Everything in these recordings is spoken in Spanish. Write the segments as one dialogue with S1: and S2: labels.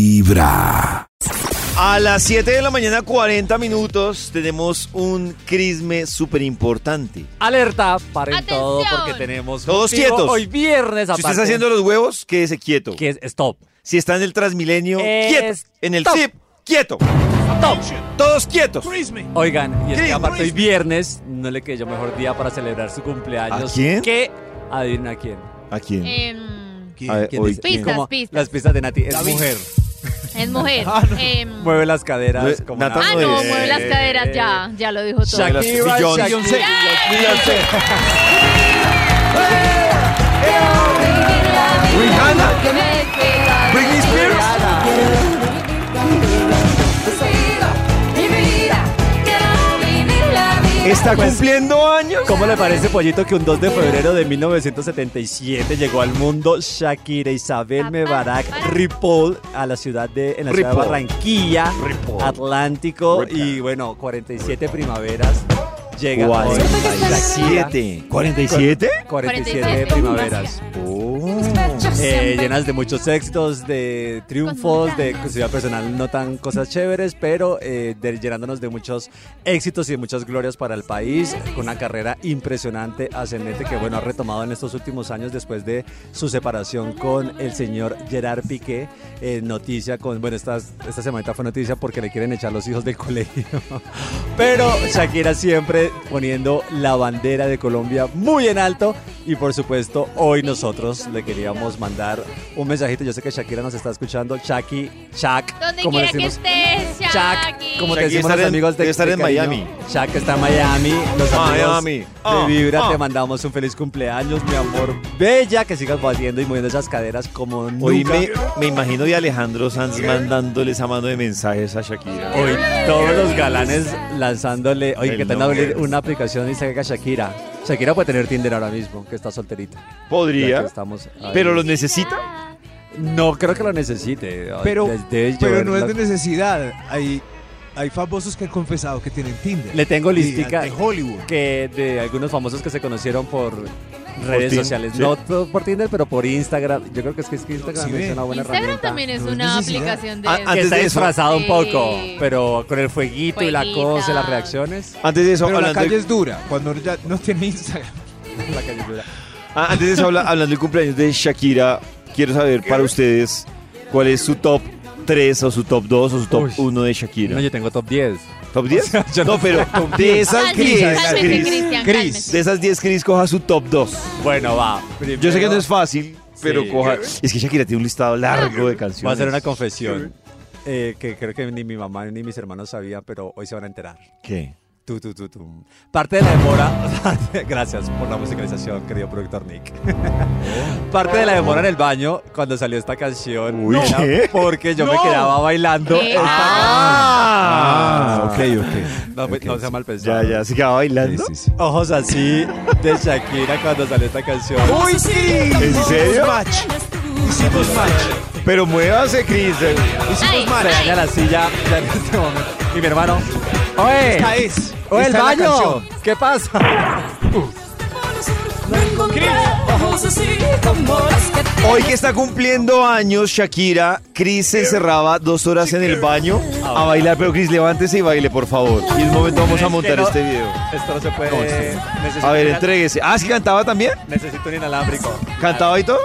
S1: Vibra.
S2: A las 7 de la mañana, 40 minutos, tenemos un crisme súper importante.
S3: Alerta, paren
S4: Atención.
S3: todo porque tenemos un
S2: Todos
S3: vivo
S2: quietos.
S3: hoy viernes
S2: Si usted está haciendo los huevos, quédese quieto.
S3: que es stop.
S2: Si está en el Transmilenio, quieto. En el
S3: Stop.
S2: zip, quieto.
S3: Stop.
S2: Todos quietos.
S3: Oigan, y es que
S2: Chris,
S3: aparte hoy
S2: Chris.
S3: viernes no le quedó mejor día para celebrar su cumpleaños.
S2: ¿A quién?
S3: Que adivina quién.
S2: ¿A quién?
S4: Em,
S2: A ver,
S3: Eh, ¿Quién
S2: hoy,
S3: es?
S2: ¿quién?
S4: Pistas,
S3: Como
S4: pistas.
S3: Las pistas de Nati es mujer.
S4: es mujer. Em,
S3: Mueve las caderas
S2: Nue-
S3: como
S2: Nata
S3: nada.
S4: ah, no,
S2: Eh,
S4: mueve las caderas, ya, ya lo dijo todo.
S2: Shakira,
S3: Shakira,
S2: Beyoncé.
S3: Beyoncé.
S2: Beyoncé. Rihanna, Britney Spears. Está cumpliendo años.
S3: Pues, ¿Cómo le parece, Pollito, que un 2 de febrero de 1977 llegó al mundo Shakira Isabel Mebarak Ripoll a la ciudad de, en la ciudad de
S2: Ripoll.
S3: Barranquilla,
S2: Ripoll.
S3: Atlántico,
S2: Ripoll.
S3: y bueno, 47 primaveras llega hoy Shakira.
S2: 47. ¿47?
S3: 47 primaveras,
S2: Oh.
S3: eh, llenas de muchos éxitos, de triunfos, de ciudad personal, no tan cosas chéveres, pero eh, de- llenándonos de muchos éxitos y de muchas glorias para el país, con una carrera impresionante, ascendente, que bueno, ha retomado en estos últimos años después de su separación con el señor Gerard Piqué, eh, noticia con, bueno, esta, esta semanita fue noticia porque le quieren echar los hijos del colegio, pero Shakira siempre poniendo la bandera de Colombia muy en alto y por supuesto hoy nosotros le queríamos mandar un mensajito, yo sé que Shakira nos está escuchando, Shaki, Shak,
S4: Donde
S3: como
S4: quiera que
S3: decimos,
S4: estés,
S3: Shak,
S4: Shaki.
S3: como
S2: Shakira
S3: te decimos
S2: estar
S3: los
S2: en-
S3: amigos de,
S2: debe estar
S3: de
S2: en
S3: cariño.
S2: Miami.
S3: Shak está en Miami, los amigos
S2: Miami. Ah,
S3: de Vibra
S2: ah.
S3: te mandamos un feliz cumpleaños, mi amor bella, que sigas batiendo y moviendo esas caderas como
S2: Hoy
S3: nunca.
S2: me, me imagino de Alejandro Sanz mandándole esa mano de mensajes a Shakira.
S3: Hoy todos los galanes lanzándole, oye,
S2: El
S3: que te van a abrir
S2: nombre.
S3: una aplicación y saca Shakira. Shakira puede tener Tinder ahora mismo, que está solterita. Ya
S2: Podría,
S3: que estamos ahí.
S2: pero lo necesita.
S3: no creo que lo necesite.
S5: Pero,
S3: Debe- debe
S5: pero
S3: llover
S5: no es de
S3: la-
S5: necesidad. Hay, hay famosos que han confesado que tienen Tinder.
S3: Le tengo
S5: Y
S3: listica.
S5: De Hollywood.
S3: que de algunos famosos que se conocieron por redes
S2: Tin-
S3: sociales,
S2: sí.
S3: no to- por Tinder, pero por Instagram. Yo creo que es que, es que Instagram
S5: Sí, ve.
S3: es una buena
S4: Instagram
S3: herramienta.
S4: también es
S5: No es
S4: una
S5: necesidad.
S4: aplicación de...
S2: Ah,
S3: Que
S2: antes
S3: está
S2: de eso-
S3: disfrazado un poco,
S4: Sí.
S3: pero con el fueguito y la
S4: Fueguito.
S3: cosa, y las reacciones.
S2: Antes de eso,
S5: Pero la
S2: hablando de-
S5: calle es dura. Cuando ya no tiene Instagram.
S3: la caricatura.
S2: Ah, antes de eso, habla- hablando del cumpleaños de Shakira, quiero saber para ustedes cuál es su top 3 o su top 2 o su top
S3: Uy.
S2: 1 de Shakira.
S3: No, yo tengo top 10.
S2: ¿Top 10?
S3: yo
S2: no,
S3: no-
S2: pero de esas
S4: Cálmese,
S2: 10,
S4: cálmese,
S2: Cris,
S4: Cristian,
S5: Cris.
S4: cálmese.
S2: de esas 10, Cris, coja su top 2.
S3: Bueno, va.
S2: Yo sé que
S3: Primero,
S2: no es fácil, pero
S3: Sí.
S2: coja... Es que Shakira tiene un listado largo de canciones.
S3: Voy a hacer una confesión eh, que creo que ni mi mamá ni mis hermanos sabían, pero hoy se van a enterar.
S2: ¿Qué?
S3: Tu, tu, tu, tu. Parte de la demora. Gracias por la musicalización, querido productor Nick. Parte de la demora en el baño cuando salió esta canción.
S2: Uy,
S3: era
S2: ¿qué?
S3: Porque yo me quedaba bailando.
S4: ¿Qué?
S3: el
S2: Ah,
S5: ok.
S3: No, me- no sea mal
S2: Ya,
S3: pensado.
S2: ya, se quedaba bailando.
S5: Sí, sí, sí.
S3: Ojos así de Shakira cuando salió esta canción.
S5: ¡Uy, sí!
S2: ¿En serio?
S5: Match. Hicimos match.
S2: Pero muévase, Cris.
S4: Ay,
S3: Se
S4: ay.
S3: daña la silla ya en este momento. Y mi hermano. ¡Oye!
S5: Esta es.
S3: ¡Oye, el
S5: esta es la
S3: baño!
S5: canción.
S3: ¿Qué pasa?
S2: Hoy que está cumpliendo años, Shakira, Cris se encerraba dos horas en el baño a bailar. Pero Cris, levántese y baile, por favor. Y en un momento vamos a montar este video.
S3: Esto no se puede. necesito
S2: A ver,
S3: un ina-
S2: entréguese. Ah, ¿sí cantaba también?
S3: Necesito un inalámbrico.
S2: ¿Cantaba y todo?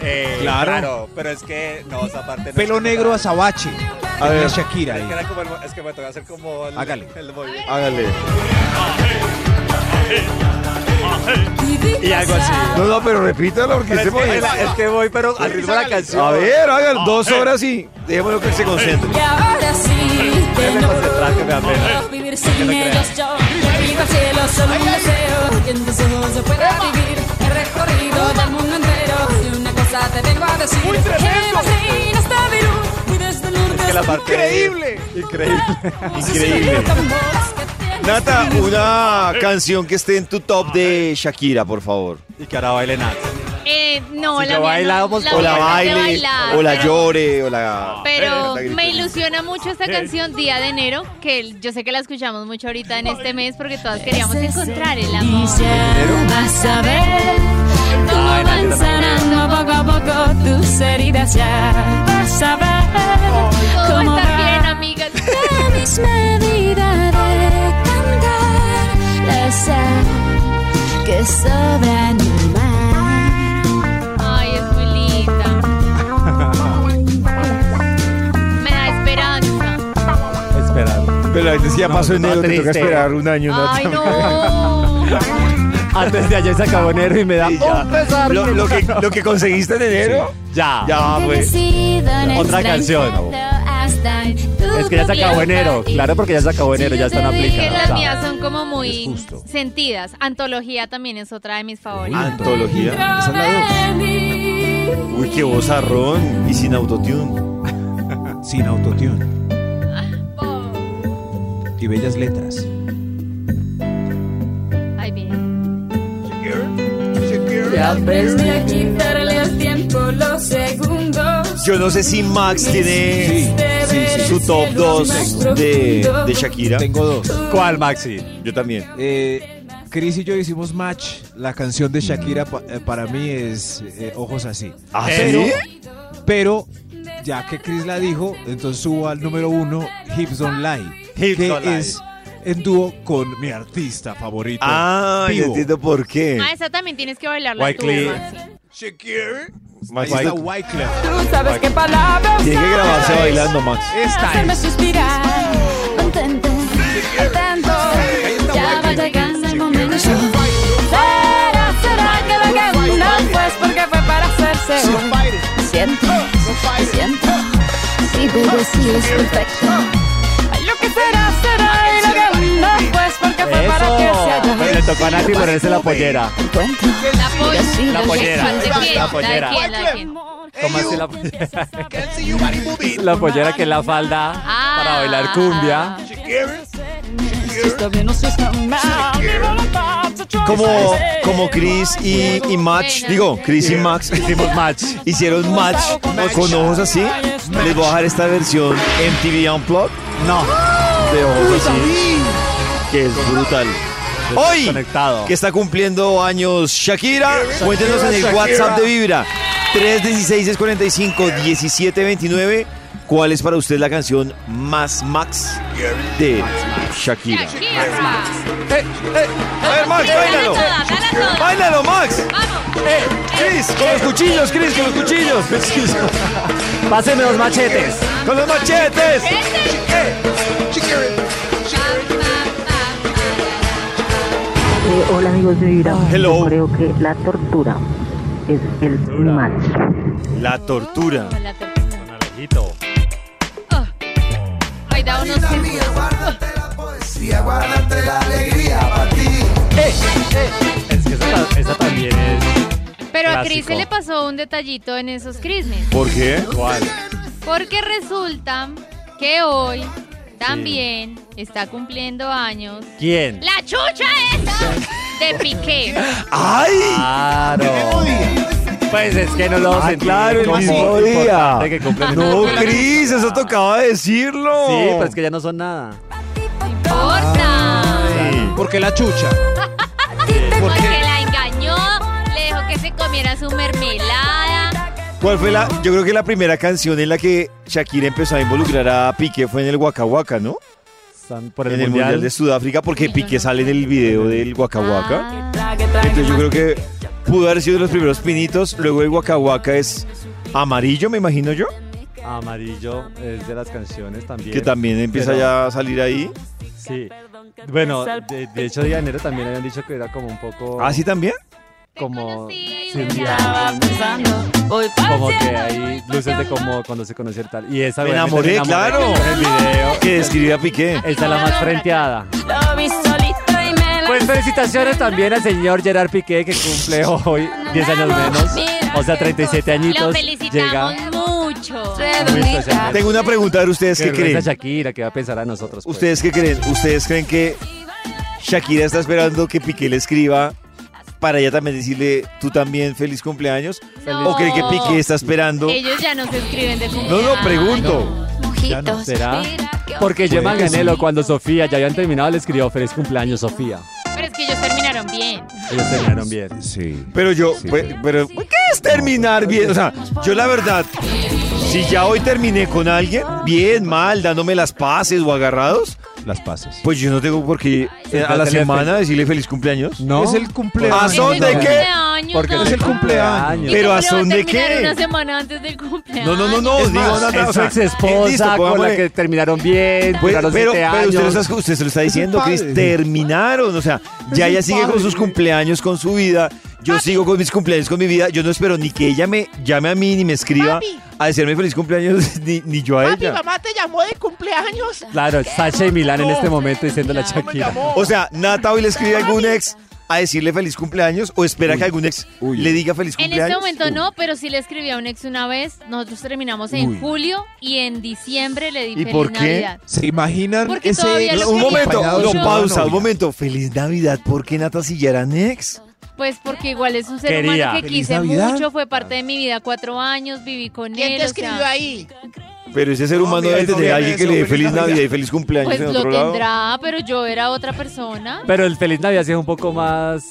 S3: Eh,
S2: Claro.
S3: claro. pero es que no, esa parte no es
S5: Pelo
S3: como
S5: negro
S3: tal.
S5: azabache.
S2: A
S5: A
S2: ver.
S5: ver.
S3: Es
S5: Shakira
S3: que,
S5: ahí.
S3: era como el- es que me toca hacer como el,
S5: Hágale.
S3: el movimiento.
S2: Hágale.
S3: Y algo así.
S2: No, no, pero repítalo porque
S3: Pero
S2: se
S3: es, que,
S2: puede.
S3: es que voy, pero al ritmo de la canción.
S2: A ver, hágalo. Dos horas y dejémoslo que se concentre.
S6: Y ahora sí, que
S3: Déjeme
S6: no
S3: concentrar, que me da pena.
S6: puedo vivir sin ellos yo. Arriba al cielo, solo un deseo, que en tus ojos se pueda vivir el recorrido del mundo entero. Y una cosa te vengo a decir, que vacina está Virú, y desde el norte
S3: Que la parte-
S2: Increíble.
S3: Increíble.
S6: hasta-
S2: Increíble.
S6: tambores que tienen
S2: Nata, una canción que esté en tu top de Shakira, por favor.
S3: Y que ahora baile Nat.
S4: Eh, no,
S3: Si
S4: la
S3: lo
S4: mía no-
S3: bailamos,
S4: la
S2: O la
S4: mía no sé
S2: baile,
S4: bailar,
S2: o la
S4: pero-
S2: llore, o la...
S4: Pero
S2: la grite.
S4: me ilusiona mucho esta canción Día de Enero, que yo sé que la escuchamos mucho ahorita en este mes porque todas queríamos encontrar el
S6: Y
S4: amor.
S6: ya vas a ver cómo
S3: Ay,
S6: van
S3: Nati,
S6: sanando poco a poco tus heridas. Ya vas a ver sobra ni más.
S4: Ay, es muy linda. Me da esperanza.
S3: Esperar.
S2: Pero la gente sí ya pasó enero, te toca esperar un año. ¿no?
S4: Ay, no.
S3: Antes de ayer se acabó enero y me da
S2: Y ya.
S3: un pesar.
S2: Lo, lo que, lo que conseguiste en enero,
S3: Ya.
S2: ya, pues.
S3: Otra canción. Es que ya se acabó enero. Claro, porque ya se acabó enero, ya están
S4: Que
S3: aplicadas.
S4: las mías
S3: Chao.
S4: son como
S3: Es
S4: muy
S3: justo.
S4: sentidas. Antología también es otra de mis favoritas.
S2: Antología.
S5: Esa es la
S2: Uy, qué vozarrón. Y sin autotune.
S5: dos. Sin autotune
S4: Oh,
S5: y bellas letras.
S4: Ay, bien.
S3: este.
S6: Aprendí a quitarle al tiempo los segundos.
S2: Yo no sé si Max tiene su top 2 de, de Shakira.
S5: Tengo dos.
S3: ¿Cuál, Maxi?
S2: Yo también.
S5: Eh, Chris y yo hicimos match. La canción de Shakira pa- eh, para mí es eh, Ojos así.
S2: ¿Ah,
S3: Pero-
S2: sí?
S5: Pero ya que Chris la dijo, entonces subo al número uno, Hips Don't Lie,
S3: Hips
S5: que
S3: Don't Lie.
S5: es en dúo con mi artista favorito.
S2: Ah, ya
S5: Vivo.
S2: entiendo por qué.
S4: Ah, esa también tienes que bailarla tú,
S3: Eh. Wycliffe.
S4: Maxi.
S5: Ahí
S2: Max,
S5: está
S2: tiene
S5: Wyclef.
S6: Tú sabes qué palabras
S2: que grabarse bailando, Max.
S6: hacerme suspirar. Contento, contento. Ya va llegando el momento. Será, será que lo que no pues porque fue para hacerse. un. Siento, siento. Si bebé sí es perfecto. Ay, Lo que será, será y lo que no pues porque fue para que se
S3: Eso.
S6: haya.
S3: Pues le tocó a Nati ponerse la pollera.
S6: Encuentro.
S4: La pollera.
S3: La pollera.
S4: ¿Cuál de
S3: Ahí va,
S4: quién?
S3: la
S4: ¿La
S3: pollera.
S4: de quién? ¿La de quién?
S3: Tómase la pollera. La pollera que es la falda
S4: Ah.
S3: para bailar cumbia.
S6: Si está bien o si está mal. Mi voluntad se choca.
S2: Como, como Chris y, y Max, digo, Chris y Max
S3: Hicimos match.
S2: hicieron match con ojos así. Les voy a dejar esta versión MTV Unplugged
S3: No.
S2: de ojos así, que es brutal. Hoy,
S3: Conectado.
S2: que está cumpliendo años Shakira, cuéntenos en el WhatsApp de Vibra, 316-645-1729, ¿cuál es para usted la canción más Max de
S4: Eh,
S2: Shakira?
S4: Shakira.
S2: A ver, Max,
S4: Dale
S2: bailalo.
S4: toda, dale toda.
S2: Bailalo, Max.
S4: Vamos.
S2: Cris, con los cuchillos, Cris, con los cuchillos.
S3: Pásenme los machetes.
S2: Con los machetes.
S1: Eh, hola amigos de Vibra.
S2: Hello.
S1: Yo Creo que la tortura es el mal.
S2: La tortura.
S4: La tortura. Oh. Ay, da unos círculos.
S3: Es que esa, ta- esa también es.
S4: Pero a
S3: Clásico.
S4: Cris se le pasó un detallito en esos crismes.
S2: ¿Por qué?
S3: ¿Cuál?
S4: Porque resulta que hoy también está cumpliendo años
S3: ¿Quién?
S4: la chucha esa de Piqué.
S2: ¡Ay!
S3: Claro. Pues es que no lo
S2: Ah,
S3: sentí
S2: claro, el
S3: como
S2: mismo día.
S3: importante que cumplen
S2: No,
S3: el-
S2: Cris, eso tocaba decirlo.
S3: Sí, pero es que ya no son nada.
S4: Corta.
S2: Ay.
S5: Porque la chucha.
S4: Porque la engañó, le dejó que se comiera su mermelada.
S2: ¿Cuál fue la? Yo creo que la primera canción en la que Shakira empezó a involucrar a Piqué fue en el Waka Waka, ¿no?
S3: Están por
S2: En
S3: el,
S2: el mundial. de Sudáfrica, porque Piqué sale en el video del Waka Waka.
S4: Ah.
S2: Entonces yo creo que pudo haber sido de los primeros pinitos. Luego el Waka Waka es amarillo, me imagino yo.
S3: Amarillo es de las canciones también.
S2: Que también empieza
S3: Pero-
S2: ya a salir ahí.
S3: Sí. Bueno, de, de hecho, Día de Enero también habían dicho que era como un poco.
S2: ¿Ah, sí también?
S3: Como.
S4: Sí,
S3: sí,
S4: ya.
S3: Como que hay luces de como cuando se conoce el tal. Y esa
S2: Me
S3: obviamente,
S2: enamoré, claro.
S3: con el video.
S2: Que describe a Piqué.
S3: Esta es la más frenteada.
S6: Lo vi solito y me
S3: Pues felicitaciones también al señor Gerard Piqué que cumple hoy 10 años menos, o sea 37
S4: Lo
S3: añitos.
S4: felicitamos
S3: Llega
S4: mucho.
S3: muy especialmente.
S2: Tengo una pregunta de ustedes
S3: Que
S2: qué
S3: regresa
S2: creen.
S3: Shakira que va a pensar a nosotros. pues.
S2: ¿Ustedes qué creen? ¿Ustedes creen que Shakira está esperando que Piqué le escriba para ella también decirle tú también feliz cumpleaños?
S4: No.
S2: ¿O creen que Piqué está esperando?
S4: Ellos ya no se escriben de
S2: No,
S4: cumpleaños.
S2: no, pregunto.
S3: Ya no será. Porque Gemma
S2: Puede que sí.
S3: Ganelo cuando Sofía ya habían terminado le escribió feliz cumpleaños Sofía.
S4: Pero es que ellos terminaron bien.
S3: Ellos terminaron bien.
S5: Sí.
S2: Pero yo, pe- pero ¿qué es terminar bien? O sea, yo la verdad, si ya hoy terminé con alguien, bien, mal, dándome las paces o agarrados,
S5: las pasas.
S2: Pues yo no tengo por qué eh, a la
S3: Teléfono.
S2: semana decirle feliz cumpleaños.
S5: No.
S3: Es el
S5: cumpleaños.
S2: ¿A son de qué?
S5: Porque es el cumpleaños.
S2: Pero ¿a son de qué?
S4: Una semana antes del cumpleaños.
S2: No, no, no, no.
S3: Es
S2: digo,
S3: más,
S2: no, no,
S3: es
S2: o
S3: su
S2: sea, eh,
S3: ex esposa
S2: listo,
S3: con la
S2: pongámosle-
S3: que terminaron bien,
S2: Pues,
S3: duraron
S2: pero,
S3: siete
S2: pero usted, lo
S3: años.
S2: está, usted se lo está
S5: Es un
S2: diciendo,
S5: padre.
S2: Cris. Terminaron. O sea, ya ella sigue con sus cumpleaños, con su vida. Yo sigo con mis cumpleaños, con mi vida. Yo no espero ni que ella me llame a mí ni me escriba
S7: Papi.
S2: a decirme feliz cumpleaños, ni, ni yo a
S7: Papi,
S2: ella.
S7: mamá te llamó de cumpleaños.
S3: Claro, Sacha y Milán en este momento diciendo la
S7: Me
S3: Shakira.
S7: llamó.
S2: O sea, Nata hoy le escribe a algún ex a decirle feliz cumpleaños o espera que algún ex
S5: uy.
S2: le diga feliz
S4: En
S2: cumpleaños.
S4: este momento
S2: Uy.
S4: no, pero sí le escribí a un ex una vez. Nosotros terminamos en
S5: Uy.
S4: julio y en diciembre le di
S2: ¿Y
S4: feliz
S2: por qué?
S4: Navidad.
S5: ¿Se imaginan
S4: Porque
S5: ese
S4: todavía
S5: ex
S4: lo
S2: Un
S4: quería
S2: momento,
S5: acompañado
S2: no,
S5: de su
S2: pausa,
S5: novia?
S2: un momento. Feliz Navidad. ¿Por qué Nata si ya era ex?
S4: Pues porque igual es un ser
S3: Quería.
S4: humano que
S5: Feliz
S4: quise
S5: Navidad.
S4: mucho, fue parte
S2: Ah.
S4: de mi vida cuatro años, viví con
S7: ¿Quién
S4: él.
S7: te
S4: o sea,
S7: escribió ahí?
S2: Pero ese ser
S5: No,
S2: humano
S5: mira,
S2: debe tener
S5: no,
S2: a alguien que
S5: eso,
S2: le dé
S5: feliz
S2: feliz
S5: Navidad.
S2: Navidad y feliz cumpleaños
S4: Pues
S2: en
S4: lo
S2: otro lado.
S4: tendrá, pero yo era otra persona.
S3: Pero el Feliz Navidad sí es un poco más,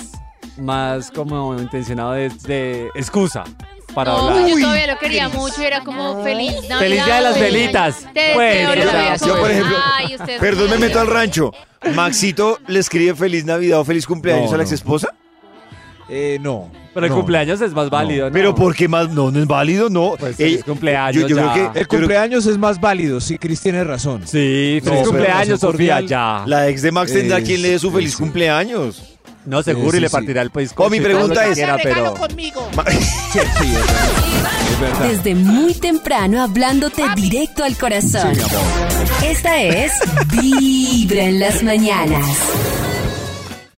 S3: más como intencionado de, de excusa para
S4: no,
S3: hablar.
S4: pues yo todavía lo quería mucho, era como feliz Navidad.
S3: Feliz Día de las
S4: feliz
S3: Velitas.
S4: año. Te
S3: Pues,
S4: deseo
S3: o
S4: lo
S3: sea,
S4: mejor.
S2: yo, por ejemplo,
S4: Ay, ustedes
S2: Perdón, me
S4: son
S2: meto al rancho. Maxito le escribe feliz Navidad o feliz cumpleaños
S5: No,
S2: a
S5: no.
S2: la ex esposa.
S5: Eh, no.
S3: Pero el
S5: no.
S3: cumpleaños es más válido, ¿no?
S2: Pero ¿por qué más? No, no es válido, no.
S3: Pues,
S2: Ey,
S3: feliz cumpleaños
S2: yo- yo
S3: ya.
S2: creo que-
S5: El cumpleaños es más válido, sí, Cris tiene razón.
S3: Sí,
S5: No,
S3: feliz
S5: pero
S3: cumpleaños,
S5: relación
S3: Sofía,
S5: cordial.
S3: ya.
S2: la ex de Max tendrá
S5: Es-
S2: quien le dé su feliz
S5: Ah. sí.
S2: cumpleaños.
S3: No, seguro,
S5: Sí,
S3: y le
S5: sí,
S3: partirá el país.
S2: Oh, mi pregunta es-
S7: Te
S3: Quiera,
S7: regalo
S3: pero...
S7: conmigo.
S5: Sí, sí, es verdad. Es verdad.
S8: Desde muy temprano hablándote directo al corazón. Esta es Vibra en las mañanas.